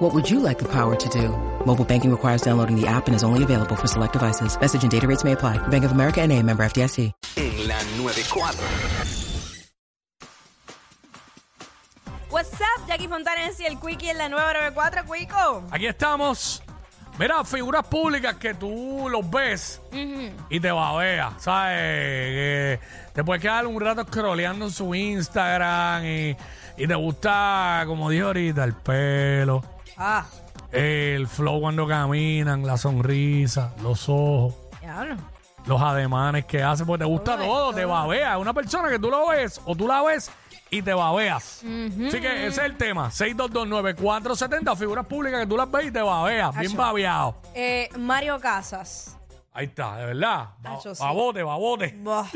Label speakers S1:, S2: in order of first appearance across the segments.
S1: What would you like the power to do? Mobile banking requires downloading the app and is only available for select devices. Message and data rates may apply. Bank of America and a member FDIC.
S2: en la 94.
S3: What's up, Jackie Fontanes y el Quickie en la 994, Quico.
S4: Aquí estamos. Mira, figuras públicas que tú los ves y te babeas, ¿sabes? Que te puedes quedar un rato scrolleando en su Instagram y, y te gusta, como dije ahorita, el pelo,
S3: Ah,
S4: el flow cuando caminan, la sonrisa, los ojos,
S3: diablo.
S4: los ademanes que hacen, porque te gusta
S3: Todo,
S4: todo, te babeas. Es una persona que tú lo ves o tú la ves y te babeas. Así que ese es el tema. 6229470, figuras públicas que tú las ves y te babeas, bien
S3: Acho.
S4: babeado.
S3: Eh, Mario Casas.
S4: Ahí está, de verdad. Ba-
S3: Nacho, sí.
S4: babote, babote.
S3: Buah.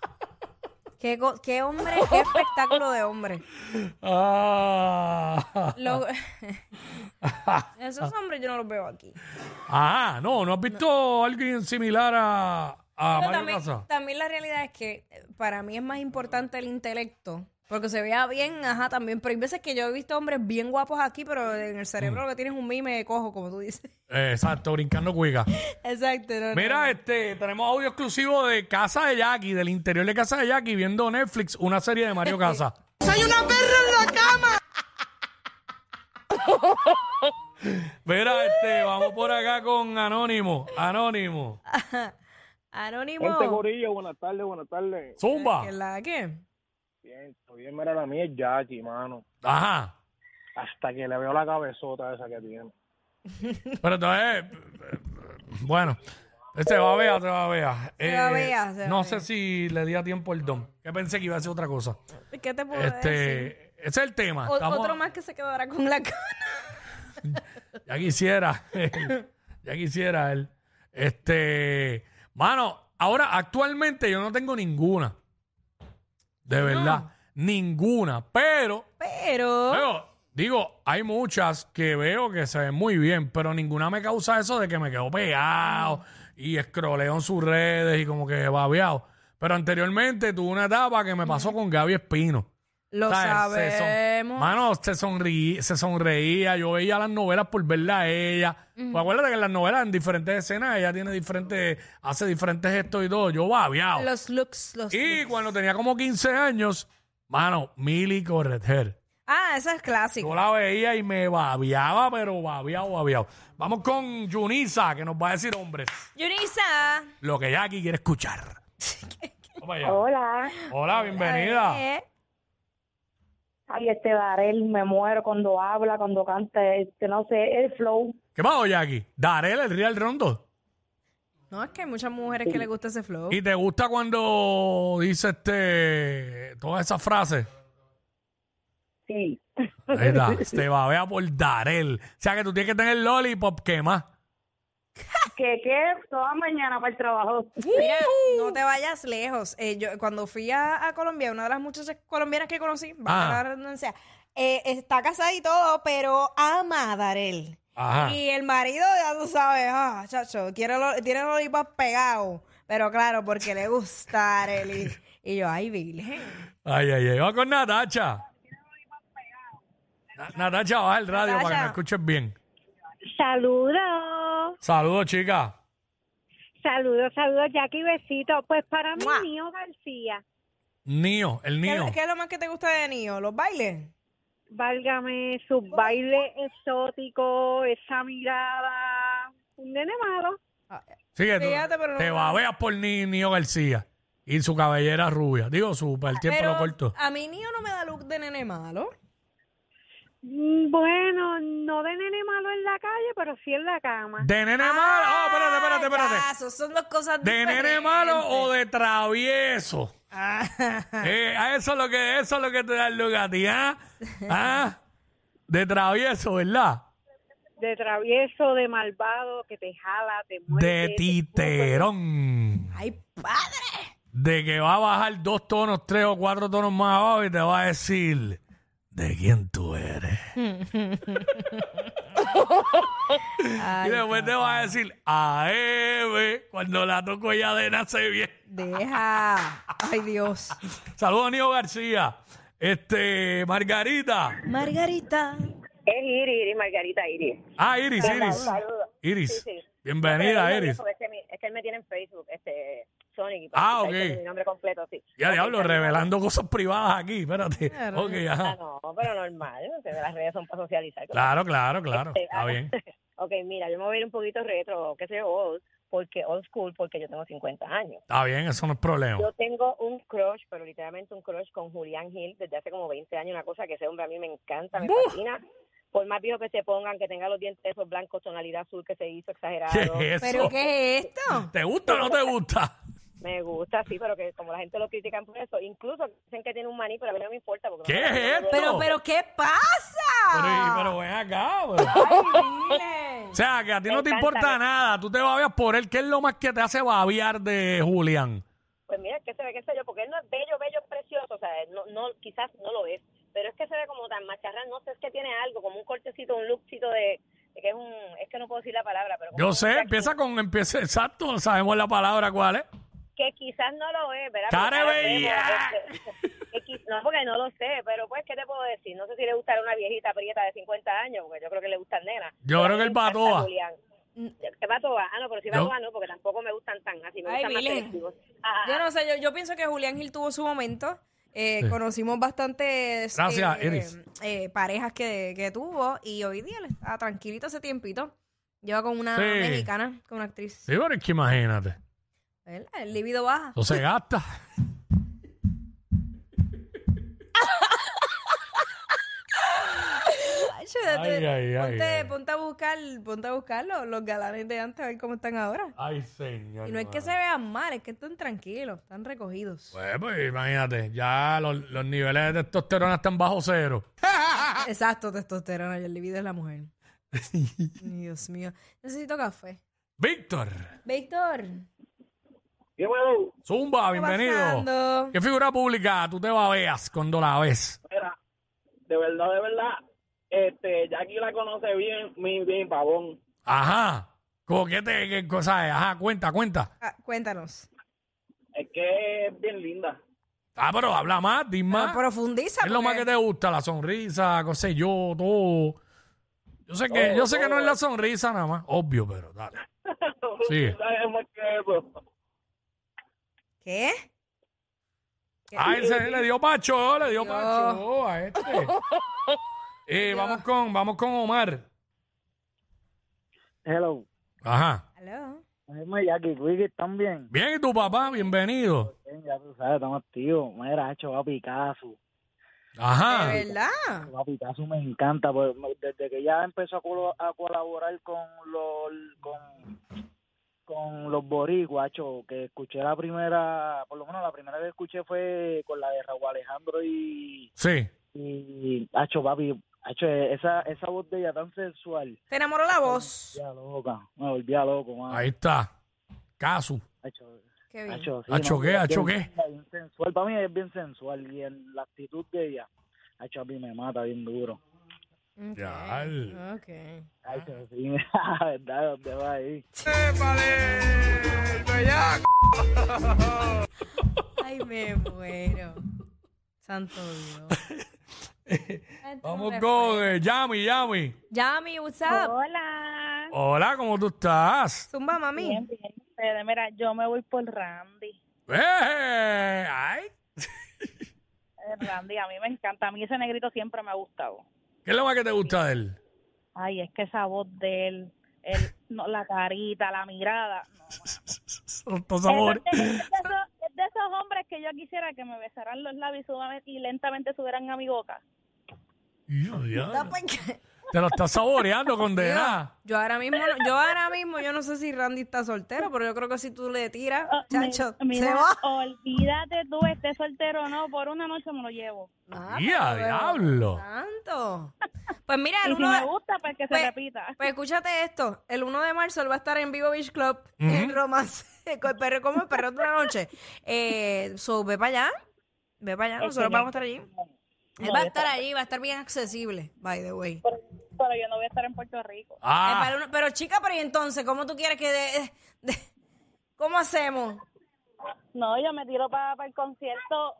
S3: qué, go- qué hombre, qué espectáculo de hombre.
S4: Ah.
S3: Lo- Esos hombres yo no los veo aquí.
S4: Ah, no, ¿no has visto alguien similar a, a
S3: Pero
S4: Ah, Mario
S3: también,
S4: Casas?
S3: también la realidad es que eh, para mí es más importante el intelecto. Porque se vea bien, ajá, también. Pero hay veces que yo he visto hombres bien guapos aquí, pero en el cerebro
S4: Mm.
S3: lo que tienes es un mime de cojo, como tú dices.
S4: Eh, exacto, brincando cuica.
S3: Exacto. no, no,
S4: Mira, este, tenemos audio exclusivo de Casa de Jackie, del interior de Casa de Jackie, viendo Netflix, una serie de Mario Casas.
S5: ¡Hay una perra en la cama!
S4: Mira, este, vamos por acá con Anónimo. Anónimo.
S3: Anónimo.
S6: Gente Corillo, buenas tardes, buenas tardes.
S4: Zumba.
S3: ¿Qué la qué?
S6: Bien, todo bien, mira, la mía es Jackie, mano.
S4: Ajá.
S6: Hasta que le veo la cabezota esa que tiene.
S4: Pero entonces, eh, bueno, se va a ver, se va a ver. Eh,
S3: Se babea, se
S4: no
S3: babea.
S4: sé si le di a tiempo el don. Que pensé que iba a ser otra cosa.
S3: ¿Qué te puedo decir?
S4: Este, ese es el tema.
S3: O-
S4: Estamos-
S3: Otro más que se quedará con la cara.
S4: Ya quisiera. ya quisiera él. Este, mano, ahora actualmente yo no tengo ninguna. De verdad, ninguna. Pero,
S3: Pero.
S4: pero, digo, hay muchas que veo que se ven muy bien, pero ninguna me causa eso de que me quedo pegado y escroleo en sus redes y como que babeado. Pero anteriormente tuve una etapa que me pasó con Gaby Espino.
S3: Lo
S4: ¿Sabes? Se son-
S3: sabemos.
S4: mano, se, sonrí- se sonreía. Yo veía las novelas por verla a ella. Pues acuérdate que en las novelas, en diferentes escenas, ella tiene diferentes, hace diferentes gestos y todo. Yo babiado.
S3: Los looks, los
S4: y
S3: looks.
S4: cuando tenía como 15 años, mano, Milly Correter.
S3: Ah, esa es clásica.
S4: Yo la veía y me babiaba, pero babiado, babiado. Vamos con Yunisa, que nos va a decir, hombres,
S3: Yunisa.
S4: lo que Jackie quiere escuchar. Vamos allá.
S7: Hola,
S4: Hola, bienvenida.
S3: Eh,
S7: ay, este Darel, me muero cuando habla, cuando canta, este, no sé, el flow.
S4: ¿Qué pasó, Jackie? Darel, el Real Rondo.
S3: No, es que hay muchas mujeres que les gusta ese flow.
S4: ¿Y te gusta cuando dice este todas esas frases?
S7: Sí,
S4: Ahí está, te babea por Darel. O sea que tú tienes que tener lollipop que más.
S7: que que toda mañana para el trabajo.
S3: Mira, no te vayas lejos. Eh, yo, cuando fui a, a Colombia, una de las muchachas colombianas que conocí, va a
S4: Ah.
S3: la redundancia, eh, está casada y todo, pero ama a Darel.
S4: Ajá.
S3: Y el marido, ya tú sabes, ah, chacho, quiere lo, tiene los lipas pegados. Pero claro, porque le gusta Arely. Y yo, ay, virgen.
S4: Ay, ay, ay. Va con Natacha. Na- Natacha, baja el radio para que
S3: Natacha.
S4: me escuches bien.
S8: Saludos,
S4: Saludos, chica.
S8: saludos, saludos, Jackie, besito. Pues para mí,
S3: ¡Mua!
S8: Nio García,
S4: Nío, el
S3: ¿Qué,
S4: Nío.
S3: qué es lo más que te gusta de Nio? ¿Los bailes?
S8: válgame su baile exótico, esa mirada, un nene malo.
S4: Sí, que tú
S3: Fíjate, pero no-
S4: te babeas por Ni- Nío García y su cabellera rubia. Digo, su para el tiempo
S3: Pero
S4: lo corto.
S3: a mí Nio no me da look de nene malo.
S8: Mm, Bueno, no de nene malo en la calle, pero sí en la cama.
S4: De nene malo. Oh, espérate, espérate, espérate.
S3: Ah, eso son dos cosas
S4: ¿De
S3: diferentes.
S4: nene malo o de travieso? Eh, a eso es lo que eso es lo que te da el look a ti, ¿ah? ¿Ah? De travieso, ¿verdad?
S8: De travieso, de malvado, que te jala, te muerde.
S4: De
S8: te-
S4: titerón.
S3: ¡Ay, padre!
S4: de que va a bajar dos tonos, tres o cuatro tonos más abajo y te va a decir de quién tú eres. y después te va a decir AEB cuando la toco ella de nace bien.
S3: Deja. Ay, Dios.
S4: Saludos, Nio García. Este, Margarita.
S3: Margarita.
S9: Es Iris, Iris, Margarita, Iris.
S4: Ah, Iris, Iris.
S9: Saludos.
S4: Iris.
S9: Sí, sí.
S4: Bienvenida, Iris.
S9: Porque Es que, mi- es que él me tiene en Facebook, este, Sonic. y
S4: Ah,
S9: ahí
S4: ok.
S9: tiene Mi nombre completo, sí.
S4: Ya
S9: Ok,
S4: diablo,
S9: está bien.
S4: revelando cosas privadas aquí, espérate.
S3: Claro.
S4: Ok, ajá.
S9: Ah, no, pero normal, ¿no? que las redes son para socializar.
S4: Claro, claro, claro.
S9: Este,
S4: Está
S9: ah,
S4: bien.
S9: ok, mira, yo me voy a ir un poquito retro, qué sé yo, old, porque old school, porque yo tengo 50 años.
S4: Está bien, eso no es problema.
S9: Yo tengo un crush, pero literalmente un crush con Julián Gil desde hace como 20 años, una cosa que ese hombre a mí me encanta, me fascina. Por más viejo que se pongan, que tenga los dientes esos blancos, tonalidad azul que se hizo
S4: ¿Qué
S9: exagerado.
S4: es
S3: ¿Pero
S4: eso?
S3: qué es esto?
S4: ¿Te gusta o no te gusta?
S9: Me gusta, sí, pero que como la gente lo critican por eso, incluso dicen que tiene un maní, pero a mí no me importa. Porque
S4: ¿Qué
S9: no me-
S4: es esto?
S3: Pero, pero, ah. ¿qué pasa?
S4: Pero, pero ven acá, bro.
S3: Ay,
S4: O sea, que a ti
S9: Me
S4: no te
S9: encanta,
S4: importa
S9: me-
S4: nada. Tú te babias por él. ¿Qué es lo más que te hace babiar de Julián?
S9: Pues mira, es que se ve, qué sé yo, porque él no es bello, bello, precioso, o sea, no, no, quizás no lo es, pero es que se ve como tan macharrán, no sé, es que tiene algo, como un cortecito, un lookcito de, de que es un, es que no puedo decir la palabra, pero... como
S4: Yo
S9: un
S4: sé,
S9: jack-
S4: empieza con, empieza, exacto, sabemos la palabra cuál es.
S9: Que quizás no lo es, ¿verdad?
S4: ¡Cara
S9: Porque
S4: bella!
S9: vemos, este, que qui- no, porque no lo sé, pero pues, ¿qué te puedo decir? No sé si le gustará una viejita prieta de 50 años, porque yo creo que le gustan nenas.
S4: Yo
S9: Pero
S4: creo que
S9: a mí me
S4: el
S9: encanta
S4: Batoa.
S9: Julián.
S3: Mm.
S9: ¿Qué Batoa? Ah, no, pero si
S4: Yo-
S9: Batoa no, porque tampoco me gustan tan así, me
S3: Ay,
S9: gustan más
S3: Vilén.
S9: selectivos. Ah,
S3: Yo no sé, yo, yo pienso que Julián Gil tuvo su momento. Eh,
S4: Sí.
S3: Conocimos bastantes
S4: Gracias,
S3: eh,
S4: Iris.
S3: eh, parejas que, que tuvo y hoy día le está tranquilito hace tiempito. Lleva con una
S4: Sí.
S3: mexicana, con una actriz.
S4: Sí, Oh. pero es que imagínate.
S3: ¿Verdad? El libido baja.
S4: Eso se gasta.
S3: Ay, yo te-
S4: Ay, ay, ay,
S3: ponte,
S4: ay.
S3: ponte a buscar, ponte a buscar los, los galanes de antes a ver cómo están ahora.
S4: Ay, señor.
S3: Y no es que se vean mal, es que están tranquilos, están recogidos.
S4: Pues, pues, imagínate, ya los, los niveles de testosterona están bajo cero.
S3: Exacto, testosterona y el libido es la mujer. Dios mío. Necesito café.
S4: Víctor,
S3: Víctor,
S6: ¿Qué bueno?
S4: Zumba,
S3: ¿qué está
S4: bienvenido.
S3: pasando?
S4: ¿Qué figura pública tú te babeas cuando la ves?
S6: Mira, de verdad, de verdad, este, Jackie la conoce bien, bien, bien, pavón.
S4: Ajá. ¿Cómo que te, qué cosa es? Ajá, cuenta, cuenta.
S3: Ah, cuéntanos.
S6: Es que es bien linda.
S4: Ah, pero habla más, dime
S3: Pero
S4: más.
S3: Ah, profundiza.
S4: ¿Qué Ah, es lo más
S3: porque-
S4: que te gusta? La sonrisa, qué sé yo, todo. Yo sé que, yo sé que no es la sonrisa nada más, obvio, pero dale. Sigue.
S6: Sabemos que eso.
S3: ¿Qué? ¿Qué?
S4: Ah, él se- le dio pacho, le dio
S3: Dios.
S4: pacho a este. Eh,
S3: Dios.
S4: vamos con, vamos con Omar.
S10: Hello.
S4: Ajá.
S3: Aló.
S10: Dime, Jackie Quickie, ¿están bien?
S4: Bien, ¿y tu papá? Bienvenido.
S10: Bien, ya tú sabes, estamos activos. Mira, hecho, va Picasso.
S4: Ajá.
S3: ¿De verdad?
S10: Va Picasso me encanta. pues, me- desde que ya empezó a, colo- a colaborar con los con, con los boricuas, hecho, que escuché la primera, por lo menos la primera que escuché fue con la de Raúl Alejandro y,
S4: Sí.
S10: y hecho, papi, hecho, esa, esa voz de ella tan sensual.
S3: Te enamoró la voz.
S10: Ya loca, me volvía loco, mano.
S4: Ahí está. Casu.
S10: Hacho,
S3: Qué bien.
S10: Acho, sí,
S4: Ah, choqué,
S10: es
S4: ah,
S10: bien-
S4: choqué.
S10: bien sensual. Para mí es bien sensual y en la actitud de ella, Acho, a mí me mata bien duro.
S3: Ok.
S4: Ya, al-
S3: Ok.
S10: Ay, pero sí, la verdad, ¿dónde va ahí?
S3: Ay, me muero. Santo Dios.
S4: Vamos con
S3: pues.
S4: eh, Yami, Yami.
S3: Yami, what's up?
S9: Ah, Hola.
S4: Hola, ¿cómo tú estás?
S3: Zumba, mami.
S9: Mira, yo me voy por Randy.
S4: ¡Eh! ¡Ay!
S9: Eh, Randy, a mí me encanta. A mí ese negrito siempre me ha gustado.
S4: ¿Qué es lo más que te gusta de él?
S9: Ay, es que esa voz de él, el- no, la carita, la mirada. no,
S4: Santo
S9: mano.
S4: sabor.
S9: Es, de, es de esos, es de esos hombres que yo quisiera que me besaran los labios y, suban- y lentamente subieran a mi boca.
S4: Yo, yo.
S3: No, pues, que-
S4: Te lo estás saboreando, condena.
S3: Yo ahora mismo, no- yo ahora mismo, yo no sé si Randy está soltero, pero yo creo que si tú le tiras,
S9: Oh, mi-
S3: chacho,
S9: mira,
S3: se va.
S9: olvídate tú, estés soltero o no, por una noche me lo llevo.
S3: Ah,
S4: Ya,
S3: pero-
S4: diablo.
S3: Santo. Pues mira, el
S8: Y si
S3: 1
S8: me
S3: de-
S8: gusta, pues que se
S3: pues-
S8: repita.
S3: Pues escúchate esto, el 1 de marzo él va a estar en Vivo Beach Club en Romance, con perro como el perro de la noche. Eh, so, ve para allá, ve para allá, nosotros vamos a estar allí. Él va a estar allí, va a estar bien accesible, by the way.
S8: Pero, pero yo no voy a estar en Puerto Rico.
S3: Eh,
S4: Ah,
S3: para uno- pero chica, pero y entonces, ¿cómo tú quieres que... de- de- ¿Cómo hacemos?
S8: No, yo me tiro para el concierto.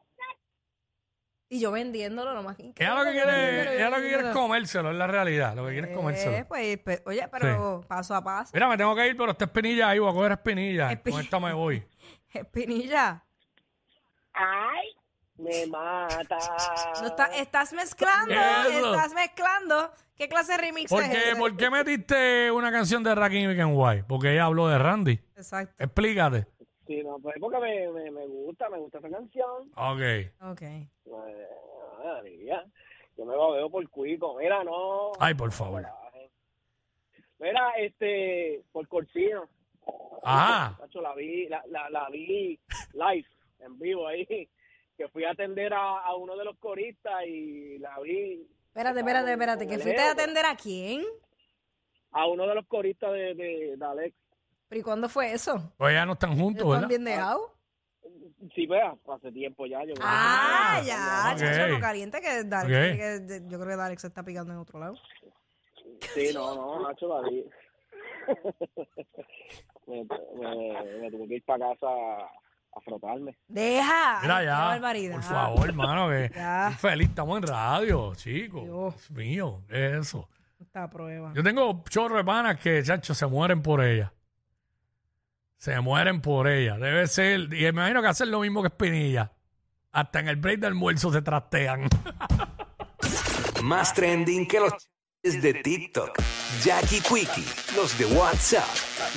S3: Y yo vendiéndolo nomás.
S4: ella lo que quiere, ella lo que quiere es comérselo, es la realidad. Lo que quiere es
S3: Eh,
S4: comérselo.
S3: pues, pe- oye, pero paso a paso.
S4: Mira, me tengo que ir, pero esta espinilla ahí, voy a coger espinilla.
S3: Espi-
S4: Con esta me voy.
S3: Espinilla,
S9: Ay, me mata.
S3: no está- estás mezclando,
S4: Ah. Eso.
S3: estás mezclando. ¿Qué clase de remix
S4: ¿Por
S3: es
S4: qué,
S3: ese?
S4: por qué metiste una canción de Rakim y Ken White? Porque ella habló de Randy.
S3: Exacto.
S4: Explícate.
S6: Sí, no, pues porque me, me, me gusta, me gusta esa canción.
S4: Ok.
S3: Ok.
S6: Eh, María, yo me lo veo por cuico. Mira, no.
S4: Ay, por favor.
S6: Mira, este, por Corsino.
S4: Ajá.
S6: Nacho, la vi, la, la, la vi live, en vivo ahí. Que fui a atender a, a uno de los coristas y la vi
S3: Espérate, espérate, espérate. ¿Que fuiste a atender a quién?
S6: a uno de los coristas de, de, de Alex.
S3: ¿Pero y cuándo fue eso?
S4: Pues ya no están juntos,
S3: ¿Están
S4: ¿verdad?
S3: bien de out?
S6: Sí, vea, hace tiempo ya. Yo
S3: Ah,
S4: Ah,
S3: ya,
S4: ok.
S3: chacho, no caliente que Dalex,
S4: Ok.
S3: tiene que- de- yo creo que Dalex se está picando en otro lado.
S6: Sí, no, no, Nacho, la vi. me, me, me tuve que ir para casa a, a frotarme.
S3: Deja.
S4: Mira
S3: Ay, qué
S4: ya.
S3: barbaridad.
S4: Por favor, hermano, que
S3: Ya.
S4: estoy feliz, estamos en radio, chicos.
S3: Dios.
S4: Dios mío, eso.
S3: Esta prueba.
S4: Yo tengo chorro de panas que, chacho, se mueren por ella. Se mueren por ella. Debe ser. Y me imagino que hacen lo mismo que Espinilla. Hasta en el break de almuerzo se trastean.
S2: Más trending que los chistes de TikTok. Jackie Quickie, los de WhatsApp